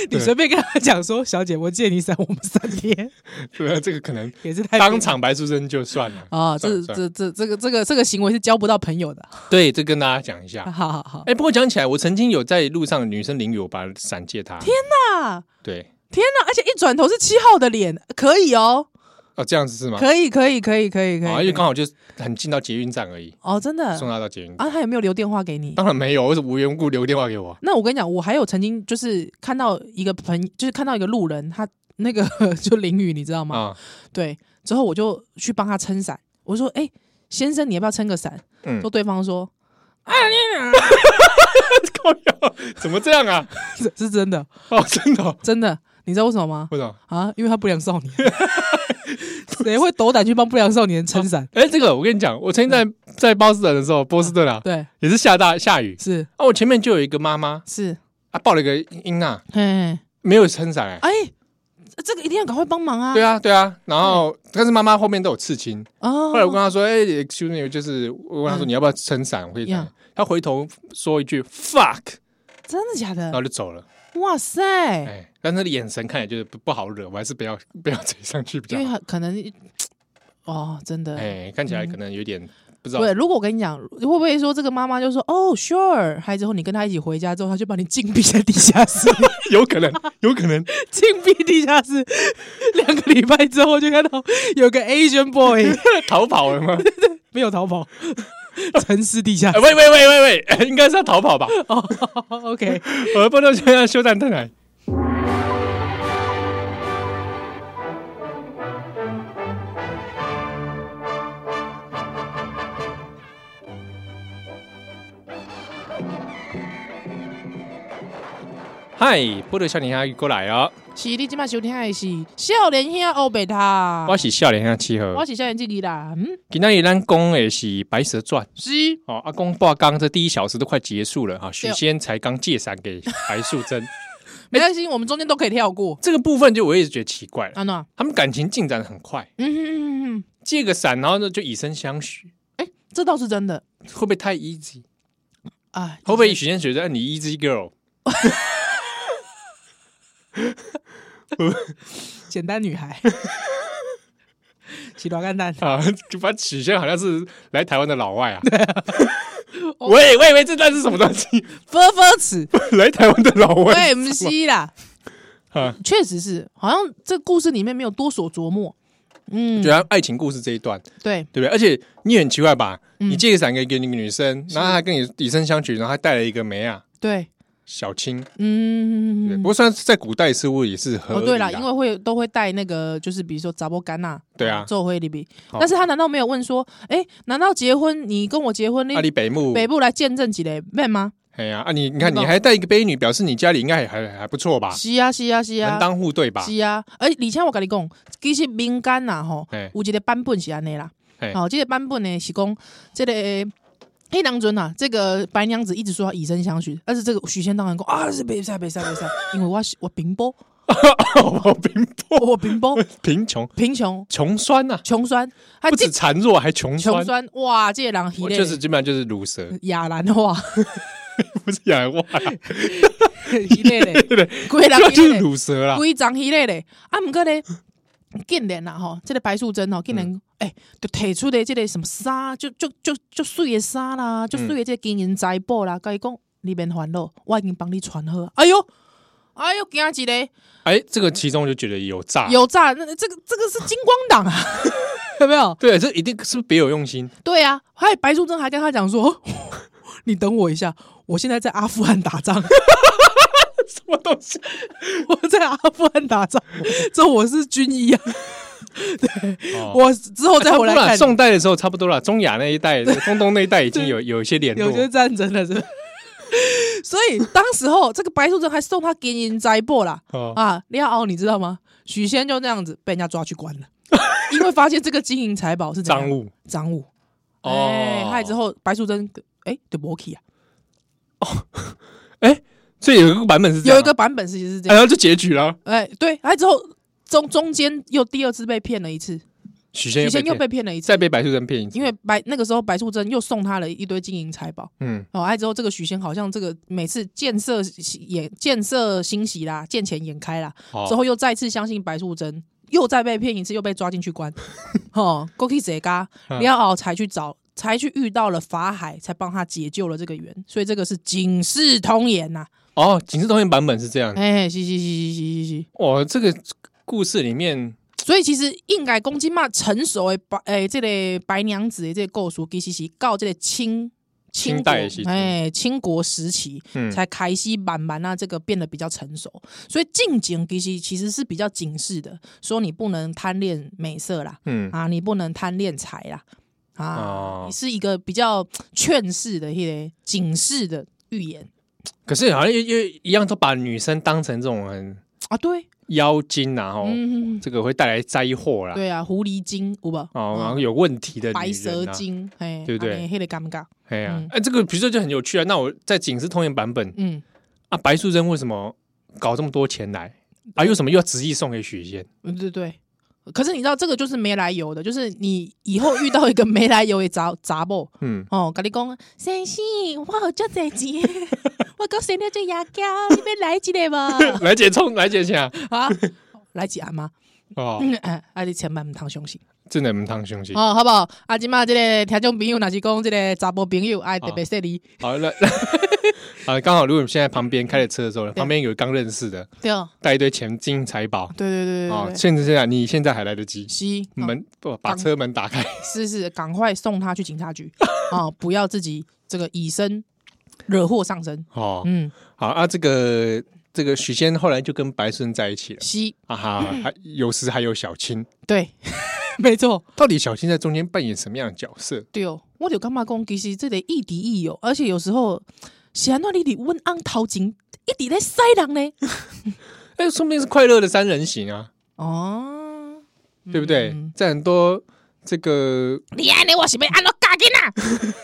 你
对
随便跟他讲说，小姐，我借你伞，我们三天
对 (laughs) 啊，这个可能
也是 (laughs) 太
当场白素贞就算了
啊，
算
这
了算了
这这这个这个这个行为是交不到朋友的。 (laughs)
对，这跟大家讲一下
好。好好，
哎，不过讲起来，我曾经有在路上女生淋雨，我把伞借她，
啊，
对，
天哪！而且一转头是七号的脸，可以哦，
哦，这样子是吗？
可以，可以，可以，可以，可以。
啊，因为
可以
刚好就是很近到捷运站而已，
哦，真的
送她到捷运站。
啊，他有没有留电话给你？
当然没有，我是无缘无故留电话给我。啊
那我跟你讲，我还有曾经就是看到一个朋，就是看到一个路人，他那个 (laughs) 就淋雨，你知道吗？
啊， (laughs)
对，之后我就去帮他撑伞，我说：“哎、先生，你要不要撑个伞？”
嗯
说对方说 (laughs)
靠呀，怎么这样啊？：“
是是真的，
哦，真的哦、
真的。”你知道为什么吗？
为什么？
啊，因为他不良
(laughs)
少年，谁会斗胆去帮不良少年撑伞？
哎、这个我跟你讲，我曾经
嗯
在在波士顿的时候，波士顿啊，
对，
也是下大下雨
是
啊，我前面就有一个妈妈
是，
啊，抱了一个婴啊，
嘿嘿，
没有撑伞哎。
哎、这个一定要赶快帮忙啊！
对啊，对啊，然后、但是妈妈后面都有刺青。
嗯哦，
后来我跟她说：“哎、e x c u s e me，就是我问她说
嗯
你要不要撑伞，我会
呀
伞。”她回头说一句 “fuck”，
真的假
然
的？
后就走了。
哇塞！
哎、但是她的眼神看起来就是不不好惹，我还是不要不要追上去比较
因为嗯
好。
很可能，哦，真的。
哎、看起来可能有点不知道
对，如果我跟你讲，会不会说这个妈妈就说哦，sure，还之后你跟她一起回家之后，她就把你禁闭在地下
(laughs)
室，
有可能，有可能，
禁闭地下室两个礼拜之后，就看到有个
(laughs)
Asian boy
逃跑了吗？ (laughs)
没有逃跑，沉尸地下
哎
室。
喂喂喂喂喂， (laughs) 哎应该是要逃跑吧？
哦 OK，
我不能现在修啊蛋蛋来。嗨，波多少年兄过来哦，
是你今麦收听的是少年兄欧贝塔，
我是少年兄七
我
号。
是少年自己啦，嗯，
今天咱讲的是《白蛇传》
是
哦，阿公挂刚这第一小时都快结束了哈，许
对
仙才刚借伞给白素贞， (laughs)
没关系，我们中间都可以跳过。
这个部分就我一直觉得奇怪了
安娜，
他们感情进展的很快，
嗯哼嗯哼嗯哼，
借个伞，然后呢就以身相许，
这倒是真的。
会不会太 easy？
哎，
会不会许仙觉得哎你 easy girl？
简单
(laughs)
女孩，洗罗干蛋，
啊， (laughs) 就把许仙好像是来台湾的老
(laughs)
外啊。 (laughs) 喂喂喂，这段是什么东西？ (laughs)
分分尺，
来台湾的老外
对，不是啦，
啊，
确实是，好像这故事里面没有多所琢磨。嗯
觉，得爱情故事这一段，
对，
对不对？而且你也很奇怪吧？
嗯
你借个伞给给那个女生，然后她跟你以身相许，然后还带了一个梅啊
对，
小青。对不
嗯，
过虽然是在古代似乎也是合
哦，
理
对
啦，
啦，因为会都会带那个，就是比如说杂波干呐，
对啊
做会里比，
好
但是他难道没有问说，哎，难道结婚你跟我结婚，你
阿里北木
北部来见证几嘞妹吗？
哎呀，啊你你看
对吧
你还带一个悲女，表示你家里应该还还还不错吧？
是啊，是啊，是啊
门，当户对吧？
是啊，而而且我跟你讲，其实民间呐吼
嘿，
有一个版本是安尼啦
嘿。
好、这个版本呢是讲这个黑当尊呐，这个白娘子一直说要以身相许，但是这个许仙当然讲啊是别赛别赛别
(laughs)
赛，因为我是我贫波，
我贫
我
破
我
(laughs)
贫波
贫穷
贫穷
穷酸呐、
穷酸，他
不止孱弱，还穷
穷
酸，
酸哇，这个人
我
系
就是基本上就是乳蛇，
亚兰话，
(laughs) 不是洋话，
系列嘞，
(laughs) 对不对？
鬼人
这
系
就
列
是。乳蛇啦。
规章迄个咧，啊，毋过咧，竟然啦吼，即、个白素贞吼，竟然诶、就提出的即个什么衫，就就就就水的衫啦，就水的即个金银财宝啦，甲伊讲你免烦恼，我已经帮你传好了。哎哟，哎哟，惊一个
哎，这个其中就觉得有诈，
有诈，那这个这个是金光党啊， (laughs) 有没有？
对，这一定是不是别有用心。
对呀、啊，还有白素贞还跟他讲说：“哦 (laughs) 你等我一下，我现在在阿富汗打仗， (laughs)
什么东西？
我在阿富汗打仗，这我是军医啊。
哦
我之后再回
差不多
来
啦
看，
宋代的时候差不多了，中亚那一带、中东那一带已经有有一些联络
有。些战争了，是不是？ (laughs) 所以当时候这个白素贞还送他给人灾祸啦。”
哦，
啊，廖敖，你知道吗？许仙就那样子被人家抓去关了， (laughs) 因为发现这个金银财宝是怎样
赃，物
赃物。哎，
哦，
害之后白素贞，哎，对不起啊，
所以有一个版本是这样啊
有一个，版本其实是这
哎
样，
呀，就结局了。
哎，对，害之后中中间又第二次被骗了一次，
许
许
仙
仙又
骗
被骗了一次，
再被白素贞骗一次，
因为白那个时候白素贞又送他了一堆金银财宝。
嗯，
哦，爱之后这个许仙好像这个每次见色喜眼见色欣喜啦，见钱眼开啦，
哦
之后又再次相信白素贞，又再被骗一次，又被抓进去关。哦，过去谁嘎
嗯
廖敖才去找，才去遇到了法海，才帮他解救了这个缘，所以这个是警世通言呐、
哦，警示同源版本是这样。
哎，是是是是是是是，
哇，这个故事里面
所以其实应该公鸡嘛成熟的白诶、这个白娘子的这个构图，其实是到这个清
清
清
代
国
的时期
哎清国时期，
嗯
才开始慢慢啊，这个变得比较成熟。所以近景其实其实是比较警示的，说你不能贪恋美色啦，
嗯
啊，你不能贪恋财啦，啊，
哦
是一个比较劝世的一些警示的预言
可是好像又又一样，都把女生当成这种很
啊。对，
妖精啊，哦，
嗯，
这个会带来灾祸啦，
对啊，狐狸精，有吧？
哦，然后
嗯
有问题的女人啊
白蛇，精，哎，
对不对
黑的尴尬，
哎呀
嗯，
哎，这个比如说就很有趣啊。那我在警示通言版本
嗯，
啊，白素贞为什么搞这么多钱来啊？为什么又要执意送给许仙？
嗯对对。可是你知道这个就是没来由的，就是你以后遇到一个没来由的杂 (laughs) 杂某，
嗯，
哦，甲你讲，先生，我有足侪 (laughs) 钱，我讲生了做牙膏，你要来一个 (laughs)
(laughs)
无？
来姐冲，来姐下
啊，来一阿吗？
哦，
嗯，啊，啊你千万毋通相信，
真的唔烫胸心。
哦，好不好？啊，即嘛即个听众朋友，若是讲即个查甫朋友，爱特别说你，
好了，那啊，刚 (laughs) 好如果我们现在旁边开着车的时候，旁边有刚认识的，
对哦，
带一堆钱金银财宝
对对对
啊
对，对，
甚至现在你现在还来得及，
是哦
门不把车门打
(laughs)
开，
是是，赶快送他去警察 (laughs) 局啊，不要自己这个以身惹祸上身。
哦，
嗯，
好啊，这个这个许仙后来就跟白顺在一起了
是，
啊哈，
嗯
还有时还有小青，
对， (laughs) 没错。
到底小青在中间扮演什么样的角色？
对哦，我就感觉讲，其实这个亦敌亦友，而且有时候是安怎你伫阮翁头前一直咧塞人呢？
哎、说不定是快乐的三人行啊，
哦，
对不对？在很多这个
你安尼我是要安怎教囡仔？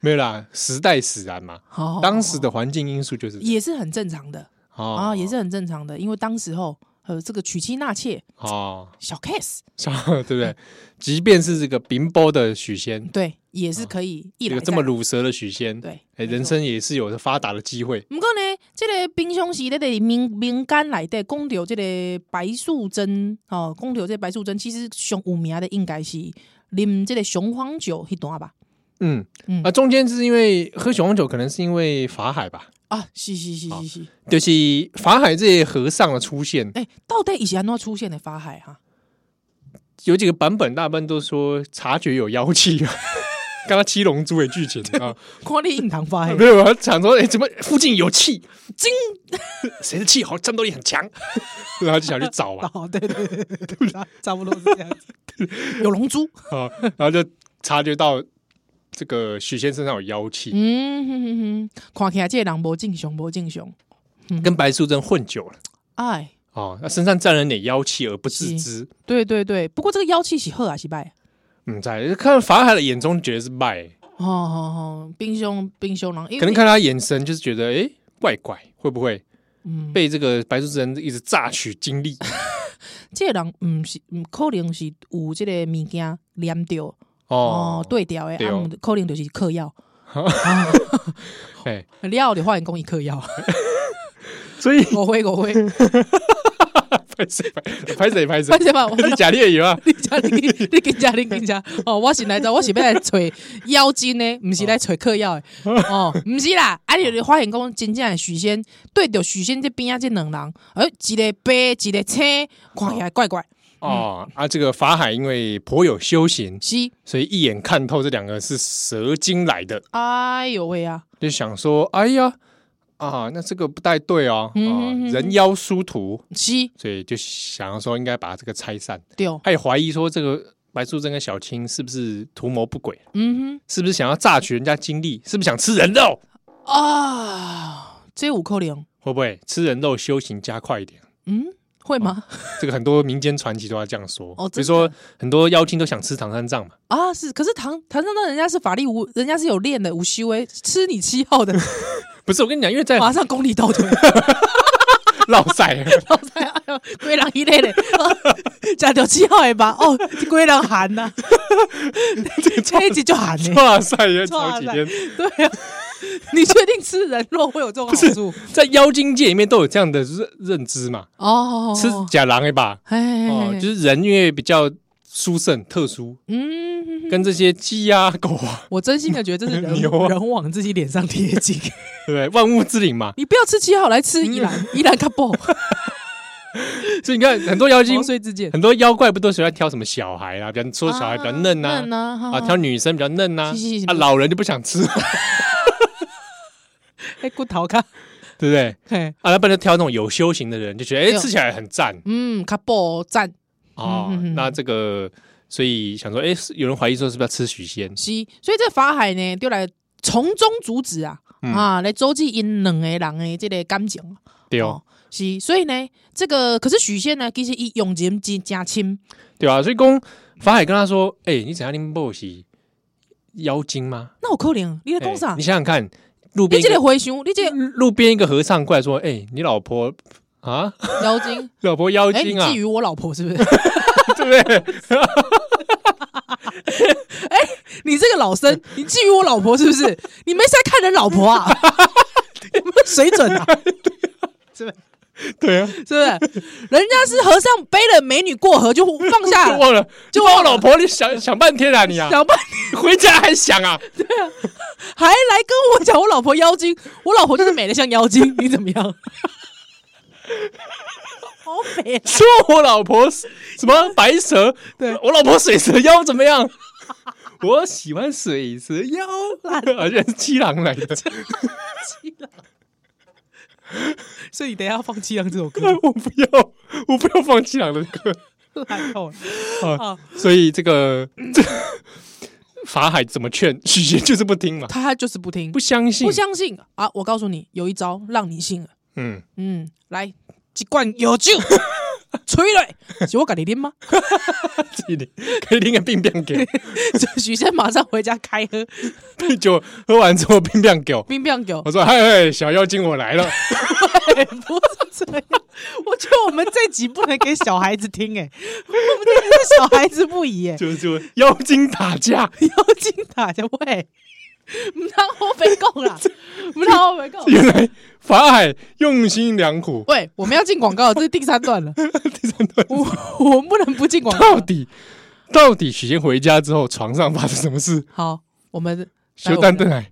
没有啦，时代使然嘛，
好
当时的环境因素就是这样
也是很正常的
哦
啊，也是很正常的，因为当时候呃这个娶妻纳妾
哦， (laughs)
小 case，
像对不对？即便是这个冰波的许仙，
对，也是可以 (laughs)
这
一来
哦个这
再
么
来
乳蛇的许仙，
对
哎，
没
人
错
生也是有着发达的机会。
不过呢，这个平常时咧的民民间内底讲到这个白素贞哦，讲到这个白素贞，其实上有名的应该是啉这个雄黄酒迄段吧。
嗯，
嗯
啊，中间是因为喝雄黄酒，可能是因为法海吧，
啊，是是是是是，
就是法海这些和尚的出现，
哎、到底以前安怎出现的法海哈、
有几个版本，大部分都说察觉有妖气啊。 (laughs) 刚刚七龙珠的剧情啊，
看你印堂发黑
没，有，我想说，哎、怎么附近有气？金， (laughs) 谁的气好，战斗力很强， (laughs) 然后就想去找
(laughs)
嘛，
哦，对对对对对，差不多是这样
(laughs)
子。有龙珠，
啊，然后就察觉到这个许仙身上有妖气，
嗯哼哼哼，看起来这个人无正常，无正常。
跟白素贞混久了
哎，
啊，那身上沾了点妖气而不自知。
对对对，不过这个妖气是好还是歹？啊
嗯，在看法海的眼中，觉得是败、
哦哦哦，冰凶冰凶人，因为
可能看他眼神就是觉得，哎、怪怪，会不会
嗯，
被这个白素贞一直榨取精力？
这个人唔是唔可能是有这个物件粘掉哦
哦，，
对调的，
对
啊
哦
唔可能就是嗑药，
哎、
了就发现讲伊
(laughs)
嗑药，
所以
我
(laughs)
会我会，
拍谁拍拍谁拍谁
发，现嘛，我
你假的有啊？
(laughs) 你家你你跟家你跟家哦，我是来找我是要来找妖精的，不是来找嗑药的哦，不是啦，啊你就发现讲真正的许仙对着许仙这边啊这两人，哎，一个白一个青，看起来怪怪，
哦啊，这个法海因为颇有修行，
西，
所以一眼看透这两个是蛇精来的，
哎呦喂啊，
就想说，哎呀啊，那这个不太对哦，
嗯
啊
哼哼，
人妖殊途，
西
所以就想要说应该把这个拆散。
丢，
他也怀疑说，这个白素贞跟小青是不是图谋不轨，
嗯
是不是想要榨取人家精力，是不是想吃人肉？
哼啊，这五扣零，
会不会吃人肉修行加快一点？
嗯，会吗？
这个很多民间传奇都要这样说，
哦
比如
真的
说很多妖精都想吃唐三藏嘛，
啊，是，可是唐唐三藏人家是法力无，人家是有练的，无修为，吃你七号的，
不是我跟你讲，因为在
马上功力倒退，
绕赛
(laughs)
尔
老太哎呦，龟狼一类的，哦 (laughs) 加掉七号的吧，哦，龟狼寒
(laughs)
呐，这一集就寒呢，
哇塞，也好几天，
对啊，你确定吃人肉会有这种好处？
在妖精界里面都有这样的认认知嘛，
哦，
吃假狼一把
哎，
哦，
哎
就是人因为比较殊胜特殊，
嗯，
跟这些鸡啊狗啊， (laughs)
我真心的觉得这是人
牛啊
人往自己脸上贴金，
对不对？万物之灵嘛，
你不要吃七号，来吃依
嗯
兰，依兰卡
(laughs)
爆，
所以你看很多妖精
毛遂自荐，
很多妖怪不都喜欢挑什么小孩啊啦，比方说小孩比较嫩呐、
嫩啊
啊，挑女生比较嫩呐、啊
是是是，
老人就不想吃， (laughs)
哎骨头卡，
对不对？
嘿，
啊，要不然就挑那种有修行的人，就觉得哎、
对
吃起来很赞
嗯，卡爆赞
哦。
嗯嗯嗯
那这个，所以想说，哎、是有人怀疑说是不是要吃许仙？
是，所以这法海呢，就来从中阻止啊、
嗯
啊，来周济因两个人的这个感情
对哦，
哦，是，所以呢，这个可是许仙呢，其实伊用情真真深，
对啊，所以公法海跟他说，哎、你怎样拎不是妖精吗？
那有可能你在讲
哎
啥
你？想想看，路
你
边一
哎这个
个
回想，你这个
路边一个和尚过来说，哎、你老婆啊， (laughs)
妖精，
老婆妖
哎、你
精啊，
觊觎我老婆是不是？
(laughs)
(laughs)
对不对？
哎你这个老
(laughs)
生，你觊觎我老婆是不是？你没事在看人老婆啊？有没有水准啊？
对啊，
是不是？人家是和尚背了美女过河就放下
就
了，
忘了，
啊就
就
忘
忘
了
我老婆，你想想半天啊，你啊，
想半天
回家还想啊，
还来跟我讲我老婆妖精， (laughs) 我老婆就是美的像妖精，你怎么样？ (laughs) 好美、啊，
说我老婆是什么白蛇，
对
我老婆水蛇妖怎么样？ (laughs) 我喜欢水蛇妖，而且是七郎来的，
七郎。所以你等一下要放《七郎》这首歌，
(laughs) 我不要，我不要放七郎的 (laughs) 歌，
(laughs)
哦
烂透 (laughs) 了。啊
所以这个这法海怎么劝，许仙就是不听嘛，
他就是不听，
不相信，
不相信啊！我告诉你，有一招让你信了。
嗯，
嗯，来一罐药酒， (laughs) 吹来，是我给你拎吗？ (laughs)
自己领可以拎个冰冰给，
许仙马上回家开喝
就喝完之后冰冰给我，
冰冰酒
我，说嗨嗨，小妖精我来了。
对，不是这样。 (laughs) 我觉得我们这集不能给小孩子听、哎，我们这集是小孩子不 (laughs) 宜、哎，
(laughs) 就就妖精打架，
妖精打架喂，唔当我被供 (laughs) 啦，唔当我被供。
原来法海用心良苦，
喂，我们要进广告，这是第三段了，
(laughs)
(laughs)
第三段
我我们不能不进广告
到。底到底许仙回家之后，床上发生什么事？
好，我们
修丹顿海，